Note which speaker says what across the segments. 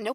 Speaker 1: No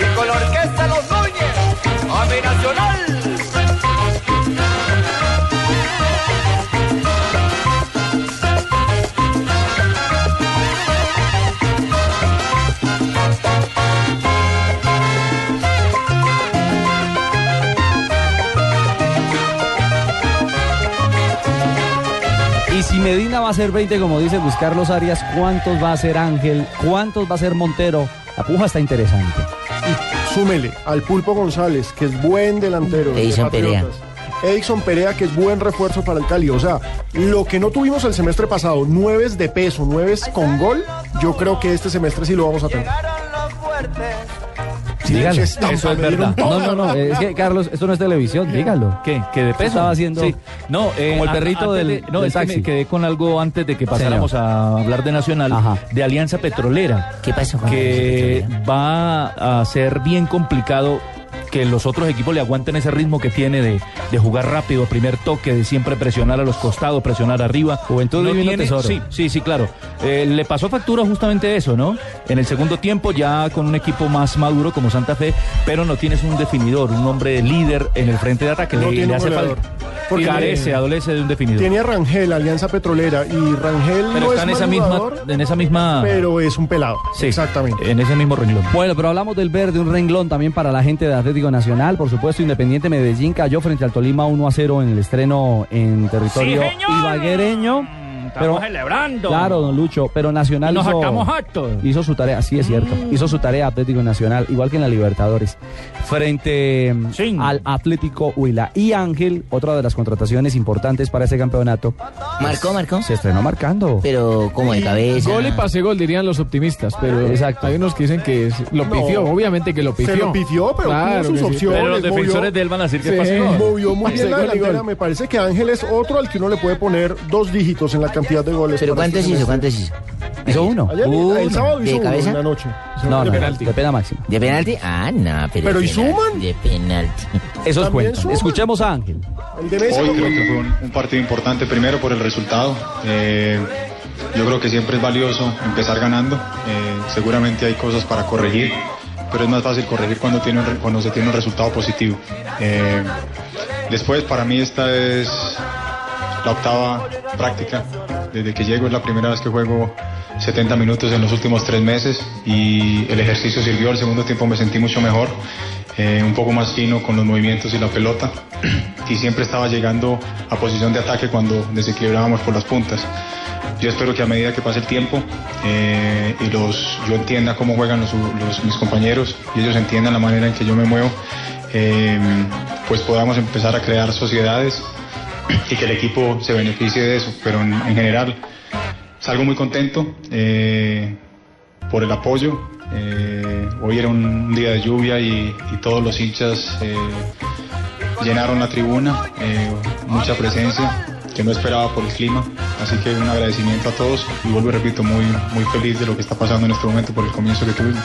Speaker 2: Y con la orquesta Los Núñez, a mi nacional.
Speaker 3: Y si Medina va a ser 20, como dice Luis Carlos Arias, ¿cuántos va a ser Ángel? ¿Cuántos va a ser Montero? La puja está interesante.
Speaker 4: Súmele al Pulpo González, que es buen delantero. de
Speaker 5: Edison
Speaker 4: Patriotas. Edison Perea, que es buen refuerzo para el Cali. O sea, lo que no tuvimos el semestre pasado, nueves de peso, nueves con gol, yo creo que este semestre sí lo vamos a tener.
Speaker 2: Llegaron los fuertes.
Speaker 3: Sí, dígalo.
Speaker 4: Leche estampa,
Speaker 6: eso es
Speaker 4: me dieron
Speaker 6: verdad.
Speaker 4: toda
Speaker 3: No, no, no. Es que, Carlos, esto no es televisión, dígalo.
Speaker 6: ¿Qué? ¿Que de peso?
Speaker 3: Estaba haciendo-
Speaker 6: Sí. No, eh,
Speaker 3: Como el
Speaker 6: a-
Speaker 3: perrito
Speaker 6: antes
Speaker 3: del-
Speaker 6: de- no,
Speaker 3: del
Speaker 6: es que me
Speaker 3: taxi.
Speaker 6: quedé con algo antes de que pasáramos a hablar de Nacional,
Speaker 3: Ajá.
Speaker 6: de Alianza Petrolera,
Speaker 5: ¿Qué pasó
Speaker 3: Ah,
Speaker 5: con
Speaker 6: que
Speaker 5: el petróleo?
Speaker 6: va a ser bien complicado que los otros equipos le aguanten ese ritmo que tiene de, de jugar rápido, primer toque, de siempre presionar a los costados, presionar arriba.
Speaker 3: Juventud divino tesoro.
Speaker 6: Sí, sí, sí, claro. Eh, le pasó factura justamente eso, ¿no? En el segundo tiempo ya con un equipo más maduro como Santa Fe, pero no tienes un definidor, un hombre líder en el frente de ataque.
Speaker 4: No
Speaker 6: le,
Speaker 4: tiene
Speaker 6: le
Speaker 4: un
Speaker 6: hace
Speaker 4: goleador.
Speaker 6: falta.
Speaker 4: Porque-
Speaker 6: carece, adolece de un definidor.
Speaker 4: Tiene a Rangel, Alianza Petrolera, y Rangel
Speaker 6: pero
Speaker 4: no es
Speaker 6: está en esa
Speaker 4: mal
Speaker 6: misma,
Speaker 4: jugador,
Speaker 6: en esa misma,
Speaker 4: pero es un pelado.
Speaker 6: sí, Eh,
Speaker 4: Exactamente.
Speaker 6: en ese mismo renglón.
Speaker 3: Bueno, pero hablamos del verde, un renglón también para la gente de Atlético Nacional. Por supuesto, Independiente Medellín cayó frente al Tolima 1 a 0 en el estreno en territorio ibaguereño. Pero,
Speaker 6: Mm, celebrando.
Speaker 3: claro, don Lucho, pero Nacional
Speaker 6: Y nos
Speaker 3: hizo-
Speaker 6: sacamos Mm. actos.
Speaker 3: Hizo su tarea, sí es cierto. Hizo su tarea Atlético Nacional, igual que en la Libertadores, frente mm,
Speaker 6: Sí.
Speaker 3: al Atlético Huila. Y Ángel, otra de las contrataciones importantes para ese campeonato,
Speaker 5: ¿Marcó, marcó?
Speaker 3: se estrenó marcando.
Speaker 5: Pero como de cabeza.
Speaker 7: Gol y pase gol dirían los optimistas, pero
Speaker 3: Exacto.
Speaker 7: hay unos que dicen que es- lo
Speaker 4: No.
Speaker 7: pifió, obviamente que lo pifió.
Speaker 4: Se lo pifió, pero
Speaker 7: Claro
Speaker 4: tuvo sus
Speaker 7: que sí.
Speaker 4: opciones.
Speaker 6: Pero los
Speaker 4: movió-
Speaker 6: defensores de él van a decir que
Speaker 7: Sí.
Speaker 6: pasó.
Speaker 4: Movió muy bien
Speaker 7: Ese
Speaker 4: la
Speaker 7: gol y
Speaker 4: delantera.
Speaker 7: gol.
Speaker 4: Me parece que Ángel es otro al que uno le puede poner dos dígitos en la cantidad de goles.
Speaker 5: ¿Pero
Speaker 4: para este
Speaker 5: cuántos hizo?
Speaker 4: semestre.
Speaker 5: ¿Cuántos hizo?
Speaker 3: Hizo uno. Uh,
Speaker 4: Ayer, el sábado
Speaker 5: ¿De
Speaker 4: hizo uno
Speaker 5: cabeza?
Speaker 4: en la noche.
Speaker 3: No, no,
Speaker 4: De
Speaker 3: no,
Speaker 4: penalti.
Speaker 3: de pena máxima.
Speaker 5: ¿De penalti? Ah, no, pero.
Speaker 4: Pero
Speaker 5: de penalti,
Speaker 4: ¿y suman?
Speaker 5: De penalti.
Speaker 3: Eso es
Speaker 4: También
Speaker 3: cuento.
Speaker 4: suma.
Speaker 3: Escuchemos a Ángel.
Speaker 4: El de Messi
Speaker 8: Hoy
Speaker 4: no
Speaker 8: creo
Speaker 4: cuenta.
Speaker 8: que fue un, un partido importante, primero por el resultado. Eh, yo creo que siempre es valioso empezar ganando. Eh, seguramente hay cosas para corregir, pero es más fácil corregir cuando, tiene un re- cuando se tiene un resultado positivo. Eh, después, para mí, esta es la octava práctica. Desde que llego es la primera vez que juego 70 minutos en los últimos tres meses y el ejercicio sirvió. El segundo tiempo me sentí mucho mejor, eh, un poco más fino con los movimientos y la pelota. Y siempre estaba llegando a posición de ataque cuando desequilibrábamos por las puntas. Yo espero que a medida que pase el tiempo eh, y los, yo entienda cómo juegan los- los- mis compañeros y ellos entiendan la manera en que yo me muevo, eh, pues podamos empezar a crear sociedades y que el equipo se beneficie de eso. Pero en, en general salgo muy contento eh, por el apoyo. Eh, hoy era un día de lluvia y, y todos los hinchas eh, llenaron la tribuna, eh, mucha presencia que no esperaba por el clima. Así que un agradecimiento a todos y vuelvo y repito, muy, muy feliz de lo que está pasando en este momento por el comienzo que tuvimos.